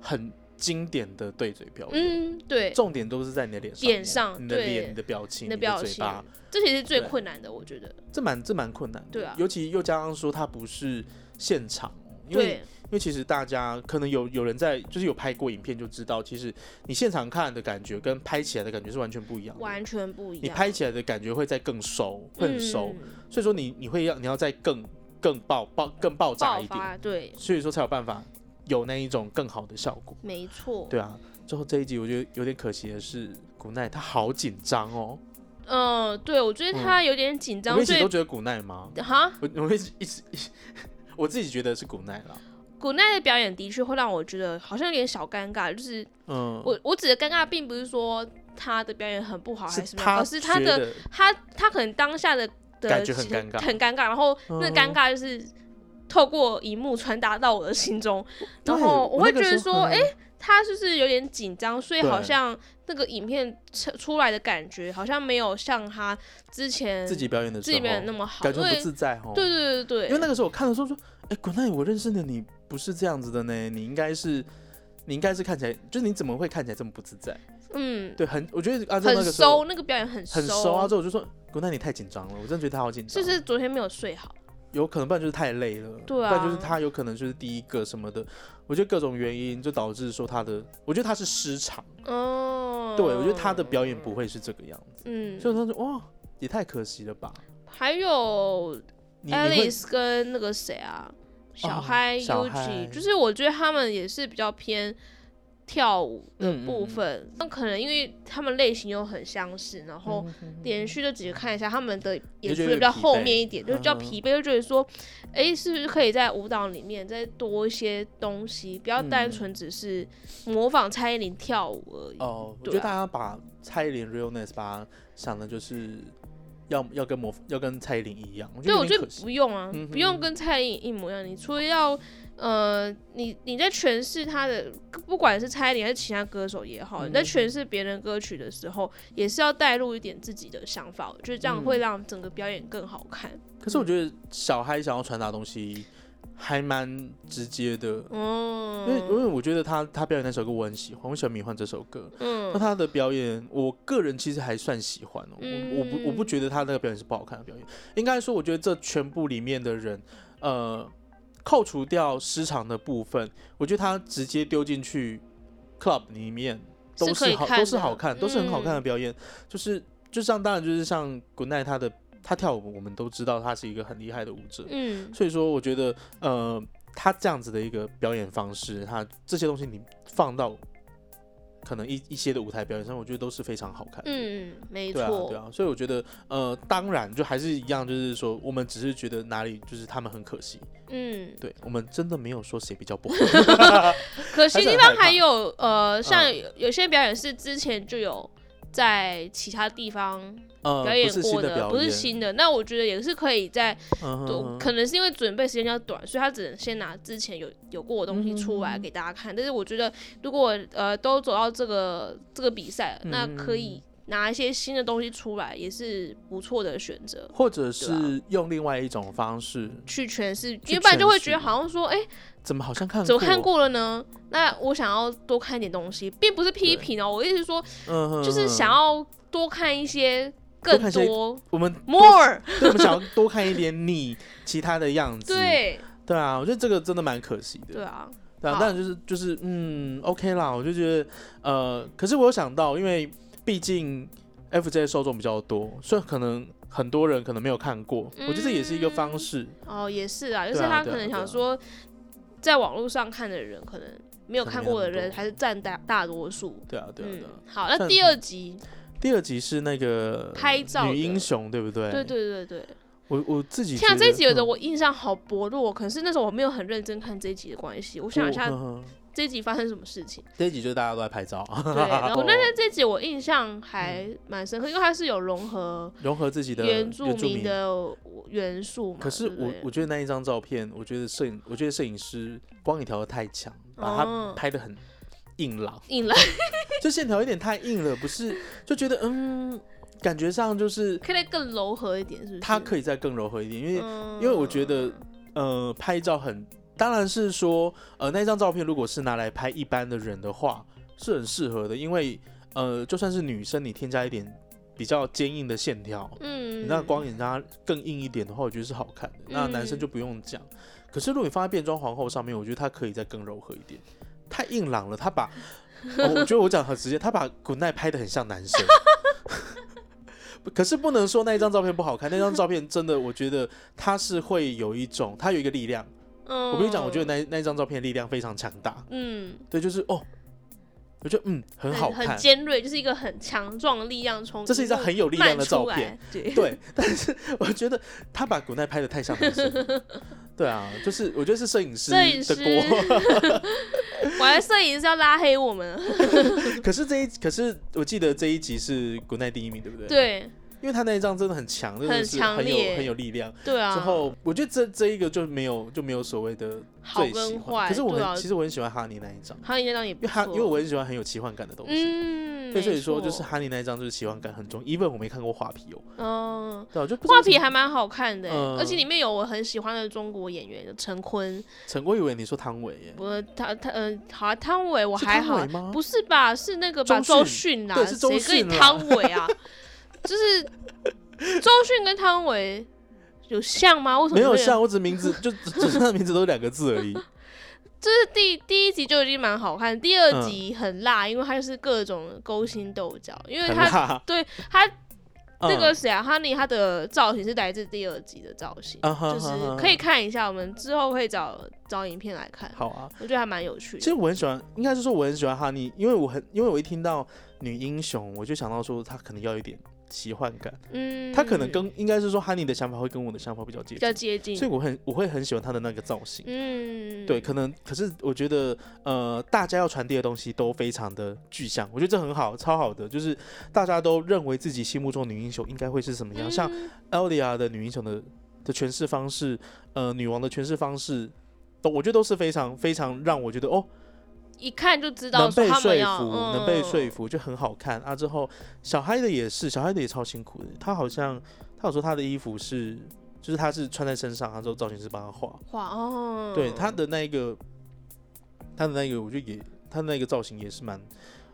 Speaker 2: 很经典的对嘴表演，
Speaker 1: 嗯，对，
Speaker 2: 重点都是在你的脸上面，
Speaker 1: 脸上
Speaker 2: 你的
Speaker 1: 对
Speaker 2: 脸、你的表情、
Speaker 1: 你的表
Speaker 2: 嘴
Speaker 1: 情
Speaker 2: 巴，，
Speaker 1: 这其实是最
Speaker 2: 对
Speaker 1: 困难的，我觉得。
Speaker 2: 这蛮这蛮困难的，
Speaker 1: 对啊
Speaker 2: 尤其又加上说他不是现场，因为
Speaker 1: 对，
Speaker 2: 因为其实大家可能有有人在，就是有拍过影片就知道，其实你现场看的感觉跟拍起来的感觉是完全不一样的。
Speaker 1: 完全不一
Speaker 2: 你
Speaker 1: 样。
Speaker 2: 拍起来的感觉会再更熟，会很熟，
Speaker 1: 嗯
Speaker 2: 所以说你你会要你要再更更爆爆更爆炸
Speaker 1: 爆
Speaker 2: 一点，
Speaker 1: 发，对，
Speaker 2: 所以说才有办法有那一种更好的效果。
Speaker 1: 没错。
Speaker 2: 对啊，最后这一集我觉得有点可惜的是，古奈他好紧张哦，
Speaker 1: 嗯，对，我觉得他有点紧
Speaker 2: 我
Speaker 1: 张，
Speaker 2: 们一
Speaker 1: 所
Speaker 2: 起都
Speaker 1: 以
Speaker 2: 觉得古奈吗？
Speaker 1: 哈，
Speaker 2: 我我们一直一直，我自己觉得是古奈啦。
Speaker 1: 古奈的表演的确会让我觉得好像有点小尴尬，就是
Speaker 2: 嗯，
Speaker 1: 我我指的尴尬，并不是说他的表演很不好还是什么样，
Speaker 2: 他
Speaker 1: 而是他
Speaker 2: 觉
Speaker 1: 的
Speaker 2: 得
Speaker 1: 他他可能当下的的
Speaker 2: 感觉很尴尬
Speaker 1: 很尴尬，然后那
Speaker 2: 嗯
Speaker 1: 尴尬就是透过荧幕传达到我的心中，然
Speaker 2: 对
Speaker 1: 后我会
Speaker 2: 那个
Speaker 1: 觉得
Speaker 2: 时候
Speaker 1: 说
Speaker 2: 嗯
Speaker 1: 诶他就是有点紧张，所以
Speaker 2: 对
Speaker 1: 好像那个影片出出来的感觉好像没有像他之前
Speaker 2: 自己表演的
Speaker 1: 自
Speaker 2: 时
Speaker 1: 己
Speaker 2: 候，
Speaker 1: 没有那么好，
Speaker 2: 感觉
Speaker 1: 因
Speaker 2: 很
Speaker 1: 为
Speaker 2: 不自在哦。
Speaker 1: 对对对对，
Speaker 2: 因为那个时候我看的时候说，哎、滚蛋！我认识的你不是这样子的呢，你应该是，你应该是看起来，就是你怎么会看起来这么不自在？
Speaker 1: 嗯
Speaker 2: 对，很，我觉得阿正那
Speaker 1: 很
Speaker 2: 个时候
Speaker 1: 收，那个表演很
Speaker 2: 很
Speaker 1: 收
Speaker 2: 熟啊，之后我就说，滚蛋！你太紧张了，我真的觉得他好紧
Speaker 1: 就
Speaker 2: 张，哦
Speaker 1: 是昨天没有睡好，
Speaker 2: 有可能，不然就是太累了，
Speaker 1: 对啊
Speaker 2: 不然就是他有可能就是第一个什么的，我觉得各种原因就导致说他的，我觉得他是失常，
Speaker 1: 哦，
Speaker 2: 对我觉得他的表演不会是这个样子，
Speaker 1: 嗯，
Speaker 2: 所以我说哇，也太可惜了吧。
Speaker 1: 还有
Speaker 2: 你你会
Speaker 1: Alice 跟那个谁啊，小
Speaker 2: 哦
Speaker 1: 嗨
Speaker 2: 小
Speaker 1: Uji，
Speaker 2: 嗨
Speaker 1: 就是我觉得他们也是比较偏跳舞的
Speaker 2: 嗯嗯
Speaker 1: 部
Speaker 2: 嗯
Speaker 1: 分，那、可能因为他们类型又很相似，然
Speaker 2: 嗯
Speaker 1: 后连续就只是看一下他们的演出
Speaker 2: 觉得
Speaker 1: 比较
Speaker 2: 有点疲
Speaker 1: 后
Speaker 2: 惫
Speaker 1: 面一点，就比较
Speaker 2: 嗯哼
Speaker 1: 疲惫，就觉得说，哎、是不是可以在舞蹈里面再多一些东西，不要单
Speaker 2: 嗯
Speaker 1: 纯只是模仿蔡依林跳舞而已。
Speaker 2: 哦，我
Speaker 1: 对
Speaker 2: 觉得
Speaker 1: 啊
Speaker 2: 大家把蔡依林 realness 把它想的就是要要跟模要跟蔡依林一样，我觉
Speaker 1: 对，
Speaker 2: 得有
Speaker 1: 我觉
Speaker 2: 点
Speaker 1: 得
Speaker 2: 可惜。
Speaker 1: 不用啊，
Speaker 2: 嗯哼
Speaker 1: 不用跟蔡依林一模一样。你除了要，呃，你你在诠释他的，不管是蔡依林还是其他歌手也好，
Speaker 2: 嗯
Speaker 1: 你在诠释别人歌曲的时候，也是要带入一点自己的想法，我觉得这样
Speaker 2: 嗯
Speaker 1: 会让整个表演更好看。
Speaker 2: 可是我觉得小嗨想要传达的东西还蛮直接的，因为因
Speaker 1: 嗯
Speaker 2: 为我觉得他他表演那首歌我很喜欢，我喜欢《迷幻》这首歌。那
Speaker 1: 嗯，
Speaker 2: 他的表演，我个人其实还算喜欢哦，我我不我不
Speaker 1: 嗯
Speaker 2: 觉得他那个表演是不好看的表演。应该说，我觉得这全部里面的人，呃，扣除掉失常的部分，我觉得他直接丢进去 club 里面都
Speaker 1: 可以
Speaker 2: 是好
Speaker 1: 看
Speaker 2: 都是
Speaker 1: 的
Speaker 2: 好看，都是很好看的
Speaker 1: 嗯
Speaker 2: 表演。就是就像当然就是像 Good night 他的他跳舞，我们都知道他是一个很厉害的舞者，
Speaker 1: 嗯，
Speaker 2: 所以说我觉得呃他这样子的一个表演方式，他这些东西你放到可能一一些的舞台表演上，我觉得都是非常好看的。
Speaker 1: 嗯，没
Speaker 2: 对啊，对
Speaker 1: 错，
Speaker 2: 啊，所以我觉得，呃，当然就还是一样，就是说，我们只是觉得哪里就是他们很可惜，
Speaker 1: 嗯，
Speaker 2: 对我们真的没有说谁比 较不好，
Speaker 1: 可惜
Speaker 2: 还是
Speaker 1: 地
Speaker 2: 很
Speaker 1: 方
Speaker 2: 害怕嗯
Speaker 1: 还有呃，像有有些表演是之前就有在其他地方
Speaker 2: 呃，
Speaker 1: 表
Speaker 2: 不
Speaker 1: 演
Speaker 2: 是
Speaker 1: 过
Speaker 2: 新
Speaker 1: 的，
Speaker 2: 表演，
Speaker 1: 不是新的。那我觉得也是可以在
Speaker 2: 嗯
Speaker 1: 对，
Speaker 2: 哼
Speaker 1: 可能是因为准备时间比较短，所以他只能先拿之前有有过的东
Speaker 2: 嗯
Speaker 1: 西出来
Speaker 2: 嗯
Speaker 1: 给大家看。但是我觉得，如果呃都走到这个这个比赛，那可以拿一些新的东西出来，也是不错的选择。
Speaker 2: 或者是用另外一种方式，
Speaker 1: 去诠释，
Speaker 2: 去
Speaker 1: 因为不然就会
Speaker 2: 诠释
Speaker 1: 觉得好像说，哎、
Speaker 2: 怎么好像看
Speaker 1: 怎么看？过了呢？那我想要多看一点东西，并不是批评哦，我意思是说，
Speaker 2: 嗯哼，
Speaker 1: 就是想
Speaker 2: 要
Speaker 1: 要多看一些
Speaker 2: 多
Speaker 1: 更
Speaker 2: 看一些
Speaker 1: 多
Speaker 2: 我们多
Speaker 1: more，
Speaker 2: 对，我们想要多看一点你其他的样 子。
Speaker 1: 对
Speaker 2: 对啊，我觉得这个真的蛮可惜的。
Speaker 1: 对啊，
Speaker 2: 对啊，
Speaker 1: 好
Speaker 2: 但就是就是嗯，OK 啦，我就觉得呃，可是我有想到，因为毕竟 FJ 受众比较多，所以可能很多人可能没有看过，
Speaker 1: 嗯
Speaker 2: 我觉得这也是一个方式。
Speaker 1: 哦也是啊，就
Speaker 2: 对啊
Speaker 1: 是他
Speaker 2: 对啊
Speaker 1: 可能
Speaker 2: 对啊
Speaker 1: 想说，在网络上看的人，可能没有
Speaker 2: 可能
Speaker 1: 看
Speaker 2: 没有
Speaker 1: 过的
Speaker 2: 那么
Speaker 1: 人
Speaker 2: 多
Speaker 1: 还是占大大多数。
Speaker 2: 对啊，对啊，对
Speaker 1: 嗯
Speaker 2: 啊。，
Speaker 1: 好，那
Speaker 2: 算
Speaker 1: 第
Speaker 2: 是
Speaker 1: 二集，
Speaker 2: 第二集是那个
Speaker 1: 拍照的
Speaker 2: 女英雄，对不对？
Speaker 1: 对，对对对，
Speaker 2: 我我自己
Speaker 1: 天啊，
Speaker 2: 觉
Speaker 1: 这一集有的
Speaker 2: 嗯
Speaker 1: 我印象好薄弱，可能是那时候我没有很认真看这一集的关系。我想一下
Speaker 2: 我，嗯哼
Speaker 1: 这一集发生什么事 情。
Speaker 2: 这一集就是大家都在拍照，
Speaker 1: 对，然后那 天这集我印象还蛮深刻，因为它是有融合
Speaker 2: 融合自己嗯的
Speaker 1: 原住民
Speaker 2: 民。
Speaker 1: 的元素嘛。
Speaker 2: 可是
Speaker 1: 对不
Speaker 2: 我
Speaker 1: 对
Speaker 2: 我觉得那一张照片，我觉得摄影，我觉得摄影师光影调的太强，把它
Speaker 1: 哦
Speaker 2: 拍的很硬朗。
Speaker 1: 引来
Speaker 2: 就线条有点太硬了，不是？就觉得嗯，感觉上就是
Speaker 1: 可以再更柔和一点，是不是？
Speaker 2: 它可以再更柔和一点，因为、
Speaker 1: 嗯
Speaker 2: 因为我觉得呃，拍照很，当然是说呃，那张照片如果是拿来拍一般的人的话，是很适合的，因为呃，就算是女生，你添加一点比较坚硬的线条，
Speaker 1: 嗯，
Speaker 2: 你那光影让它更硬一点的话，我觉得是好看的。那男生就
Speaker 1: 嗯
Speaker 2: 不用讲。可是如果你放在变装皇后上面，我觉得它可以再更柔和一点，太硬朗了。他把，哦、我觉得我讲得很直接，他把古奈拍的很像男生。 可是不能说那一张照片不好看，那张照片真的，我觉得它是会有一种，它有一个力量。
Speaker 1: 嗯，
Speaker 2: 我跟你讲，我觉得那那张照片力量非常强大。
Speaker 1: 嗯
Speaker 2: 对，就是哦，我觉得嗯很好
Speaker 1: 很嗯
Speaker 2: 看，
Speaker 1: 尖锐，就是一个很强壮的力量冲，
Speaker 2: 这是一张很有力量的照片。
Speaker 1: 漫出来，对，
Speaker 2: 对， 但是我觉得他把古奈拍的太像男生了。对啊，就是我觉得是摄影师
Speaker 1: 摄影
Speaker 2: 的锅。
Speaker 1: 我还摄影是要拉黑我们，
Speaker 2: 可是这一，可是我记得这一集是古奈第一名，对不对？，
Speaker 1: 对
Speaker 2: 因为他那一张真的很强，真的
Speaker 1: 很
Speaker 2: 是
Speaker 1: 强
Speaker 2: 很有
Speaker 1: 烈
Speaker 2: 很有力量。
Speaker 1: 对啊，
Speaker 2: 之后我觉得这这一个就没有就没有所谓的
Speaker 1: 好
Speaker 2: 最喜
Speaker 1: 跟
Speaker 2: 欢，
Speaker 1: 坏，
Speaker 2: 可是我
Speaker 1: 对啊
Speaker 2: 很，其实我很喜欢哈尼那一张，
Speaker 1: 还有那张也
Speaker 2: 因
Speaker 1: 不
Speaker 2: 为哈
Speaker 1: 错，
Speaker 2: 因为我很喜欢很有奇幻感的东西。
Speaker 1: 嗯，
Speaker 2: 对，所以
Speaker 1: 没
Speaker 2: 说
Speaker 1: 错
Speaker 2: 就是哈尼那一张就是奇幻感很重，even 我没看过画皮哦，
Speaker 1: 嗯。
Speaker 2: 对啊，我就不知道
Speaker 1: 画皮还蛮好看的、欸
Speaker 2: 嗯
Speaker 1: 而且里面有我很喜欢的中国演员陈坤，
Speaker 2: 陈，我以为你说汤唯耶，
Speaker 1: 我他他嗯、好、啊，汤唯我
Speaker 2: 是
Speaker 1: 还
Speaker 2: 汤
Speaker 1: 好
Speaker 2: 唯，吗？
Speaker 1: 不是吧？是那个吧？
Speaker 2: 周
Speaker 1: 周迅啦，
Speaker 2: 对是周
Speaker 1: 谁跟
Speaker 2: 迅
Speaker 1: 你
Speaker 2: 啦
Speaker 1: 汤唯啊？ 就是周迅跟汤唯有像吗？为什么
Speaker 2: 没有
Speaker 1: 会
Speaker 2: 像，我只名字就只只是他的名字都是两个字而已。
Speaker 1: 就是第第一集就已经蛮好看，第二
Speaker 2: 嗯
Speaker 1: 集很辣，因为它就是各种勾心斗角，因为
Speaker 2: 很
Speaker 1: 他
Speaker 2: 辣。
Speaker 1: 对他
Speaker 2: 嗯
Speaker 1: 这个谁啊，哈尼他的造型是来自第二集的造型。
Speaker 2: 啊哈
Speaker 1: 就是
Speaker 2: 哈哈
Speaker 1: 可以看一下，我们之后会找找影片来看，
Speaker 2: 好啊。
Speaker 1: 我觉得还蛮有趣
Speaker 2: 其
Speaker 1: 的。
Speaker 2: 实我很喜欢，应该是说我很喜欢哈尼，因为我很因为我一听到女英雄，我就想到说她可能要一点奇幻感，
Speaker 1: 嗯，
Speaker 2: 她可能跟应该是说哈尼的想法会跟我的想法比较接
Speaker 1: 比
Speaker 2: 近，
Speaker 1: 较接近
Speaker 2: 所。以我很我会很喜欢她的那个造型。
Speaker 1: 嗯，
Speaker 2: 对，可能可是我觉得，呃，大家要传递的东西都非常的具象，我觉得这很好，超好的，就是大家都认为自己心目中女英雄应该会是什么样，像
Speaker 1: 嗯
Speaker 2: Elia 的女英雄的的诠释方式，呃，女王的诠释方式，都我觉得都是非常非常让我觉得哦，
Speaker 1: 一看就知道
Speaker 2: 能
Speaker 1: 说
Speaker 2: 被
Speaker 1: 他
Speaker 2: 说
Speaker 1: 们要嗯
Speaker 2: 服，能被说
Speaker 1: 服。
Speaker 2: 服就很好看啊。之后小嗨的也是，小嗨的也超辛苦的，他好像他有说他的衣服是，就是他是穿在身上，他说造型师帮他画，
Speaker 1: 哇哦，
Speaker 2: 对他的那一个，他的那个，我觉得也他的那个造型也是蛮，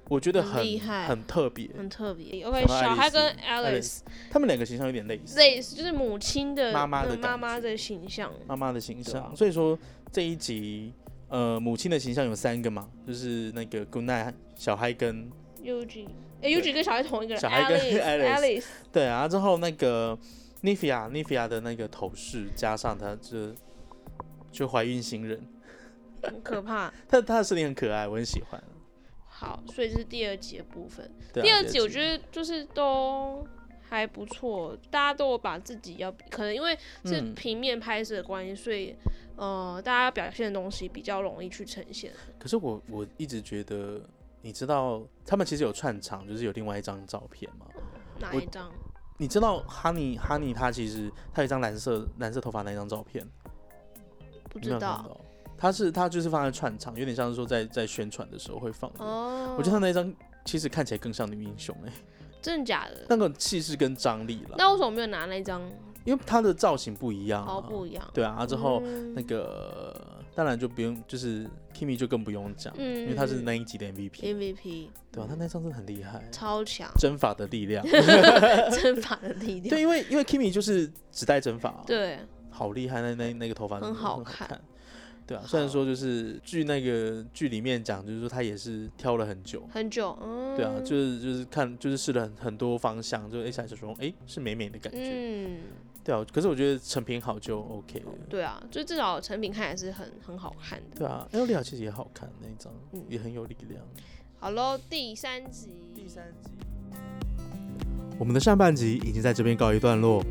Speaker 2: 我觉得
Speaker 1: 很
Speaker 2: 很
Speaker 1: 厉害
Speaker 2: 很特别，
Speaker 1: 很特别。OK，小
Speaker 2: 小孩
Speaker 1: 孩
Speaker 2: Alice，
Speaker 1: 跟
Speaker 2: Alice
Speaker 1: Alice
Speaker 2: 他们两个形象有点类似。
Speaker 1: 类似，就是母亲的
Speaker 2: 妈妈的
Speaker 1: 那
Speaker 2: 感觉
Speaker 1: 妈妈的形象。
Speaker 2: 妈妈的形
Speaker 1: 对啊
Speaker 2: 象。所以说这一集，呃，母亲的形象有三个嘛，就是那个 Good Night 小孩跟
Speaker 1: UG，哎，UG 跟小孩同一个人
Speaker 2: 小孩跟
Speaker 1: Alice，Alice，
Speaker 2: 对啊，之后那个 Nivea Nivea 的那个头饰，加上她这就怀孕新人，
Speaker 1: 很可怕。
Speaker 2: 但她的设定很可爱，我很喜欢。
Speaker 1: 好，所以这是第二集的部分。
Speaker 2: 对啊、
Speaker 1: 第二集我
Speaker 2: 得
Speaker 1: 觉得就是都还不错，大家都有把自己要可能因为是
Speaker 2: 嗯
Speaker 1: 平面拍摄的关系，所以呃，大家表现的东西比较容易去呈现。，
Speaker 2: 可是我我一直觉得，你知道他们其实有串场，就是有另外一张照片嘛。
Speaker 1: 哪
Speaker 2: 我
Speaker 1: 一张？
Speaker 2: 你知道哈尼哈尼他其实他有一张蓝色蓝色头发那一张照片，
Speaker 1: 不
Speaker 2: 你没有
Speaker 1: 知
Speaker 2: 看
Speaker 1: 道
Speaker 2: 到。他是他就是放在串场，有点像是说在在宣传的时候会放的。
Speaker 1: 哦。
Speaker 2: 我觉得他那一张其实看起来更像女英雄哎、
Speaker 1: 真的假的？
Speaker 2: 那个气势跟张力了，
Speaker 1: 那为什么没有拿那张？
Speaker 2: 因为它的造型不一样、啊，
Speaker 1: 哦，不一样。
Speaker 2: 对啊，啊之后
Speaker 1: 嗯
Speaker 2: 那个当然就不用，就是 Kimi 就更不用讲，
Speaker 1: 嗯
Speaker 2: 因为他是那一集的 MVP，
Speaker 1: MVP
Speaker 2: 对吧、啊他那张真的很厉害，，
Speaker 1: 嗯超强
Speaker 2: 针法的 力量。
Speaker 1: 针法的力量。
Speaker 2: 对，因为因为 Kimi 就是只戴针法、啊
Speaker 1: 对，
Speaker 2: 好厉害，那那那个头发
Speaker 1: 很
Speaker 2: 真的
Speaker 1: 好
Speaker 2: 看
Speaker 1: 看。
Speaker 2: 对啊，虽然说就是据那个剧里面讲，就是说他也是挑了很久，
Speaker 1: 很久，嗯，
Speaker 2: 对啊，就是就是看就是试了很很多方向，就一下就说哎是美美的感觉，
Speaker 1: 嗯，
Speaker 2: 对啊，可是我觉得成品好就 OK 了，
Speaker 1: 对啊，就至少成品看也是很很好看的。
Speaker 2: 对啊，艾莉亚其实也好看那一张，
Speaker 1: 嗯
Speaker 2: 也很有力量。
Speaker 1: 好喽，第三集，
Speaker 2: 第三集，我们的上半集已经在这边告一段落。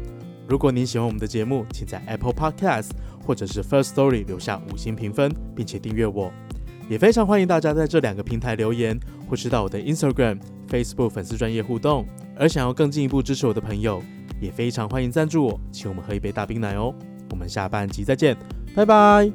Speaker 2: 如果您喜欢我们的节目，请在 Apple Podcast 或者是 First Story 留下五星评分，并且订阅我。也非常欢迎大家在这两个平台留言，或是到我的 Instagram、Facebook 粉丝专业互动。而想要更进一步支持我的朋友，也非常欢迎赞助我，请我们喝一杯大冰奶哦。我们下半集再见，拜拜。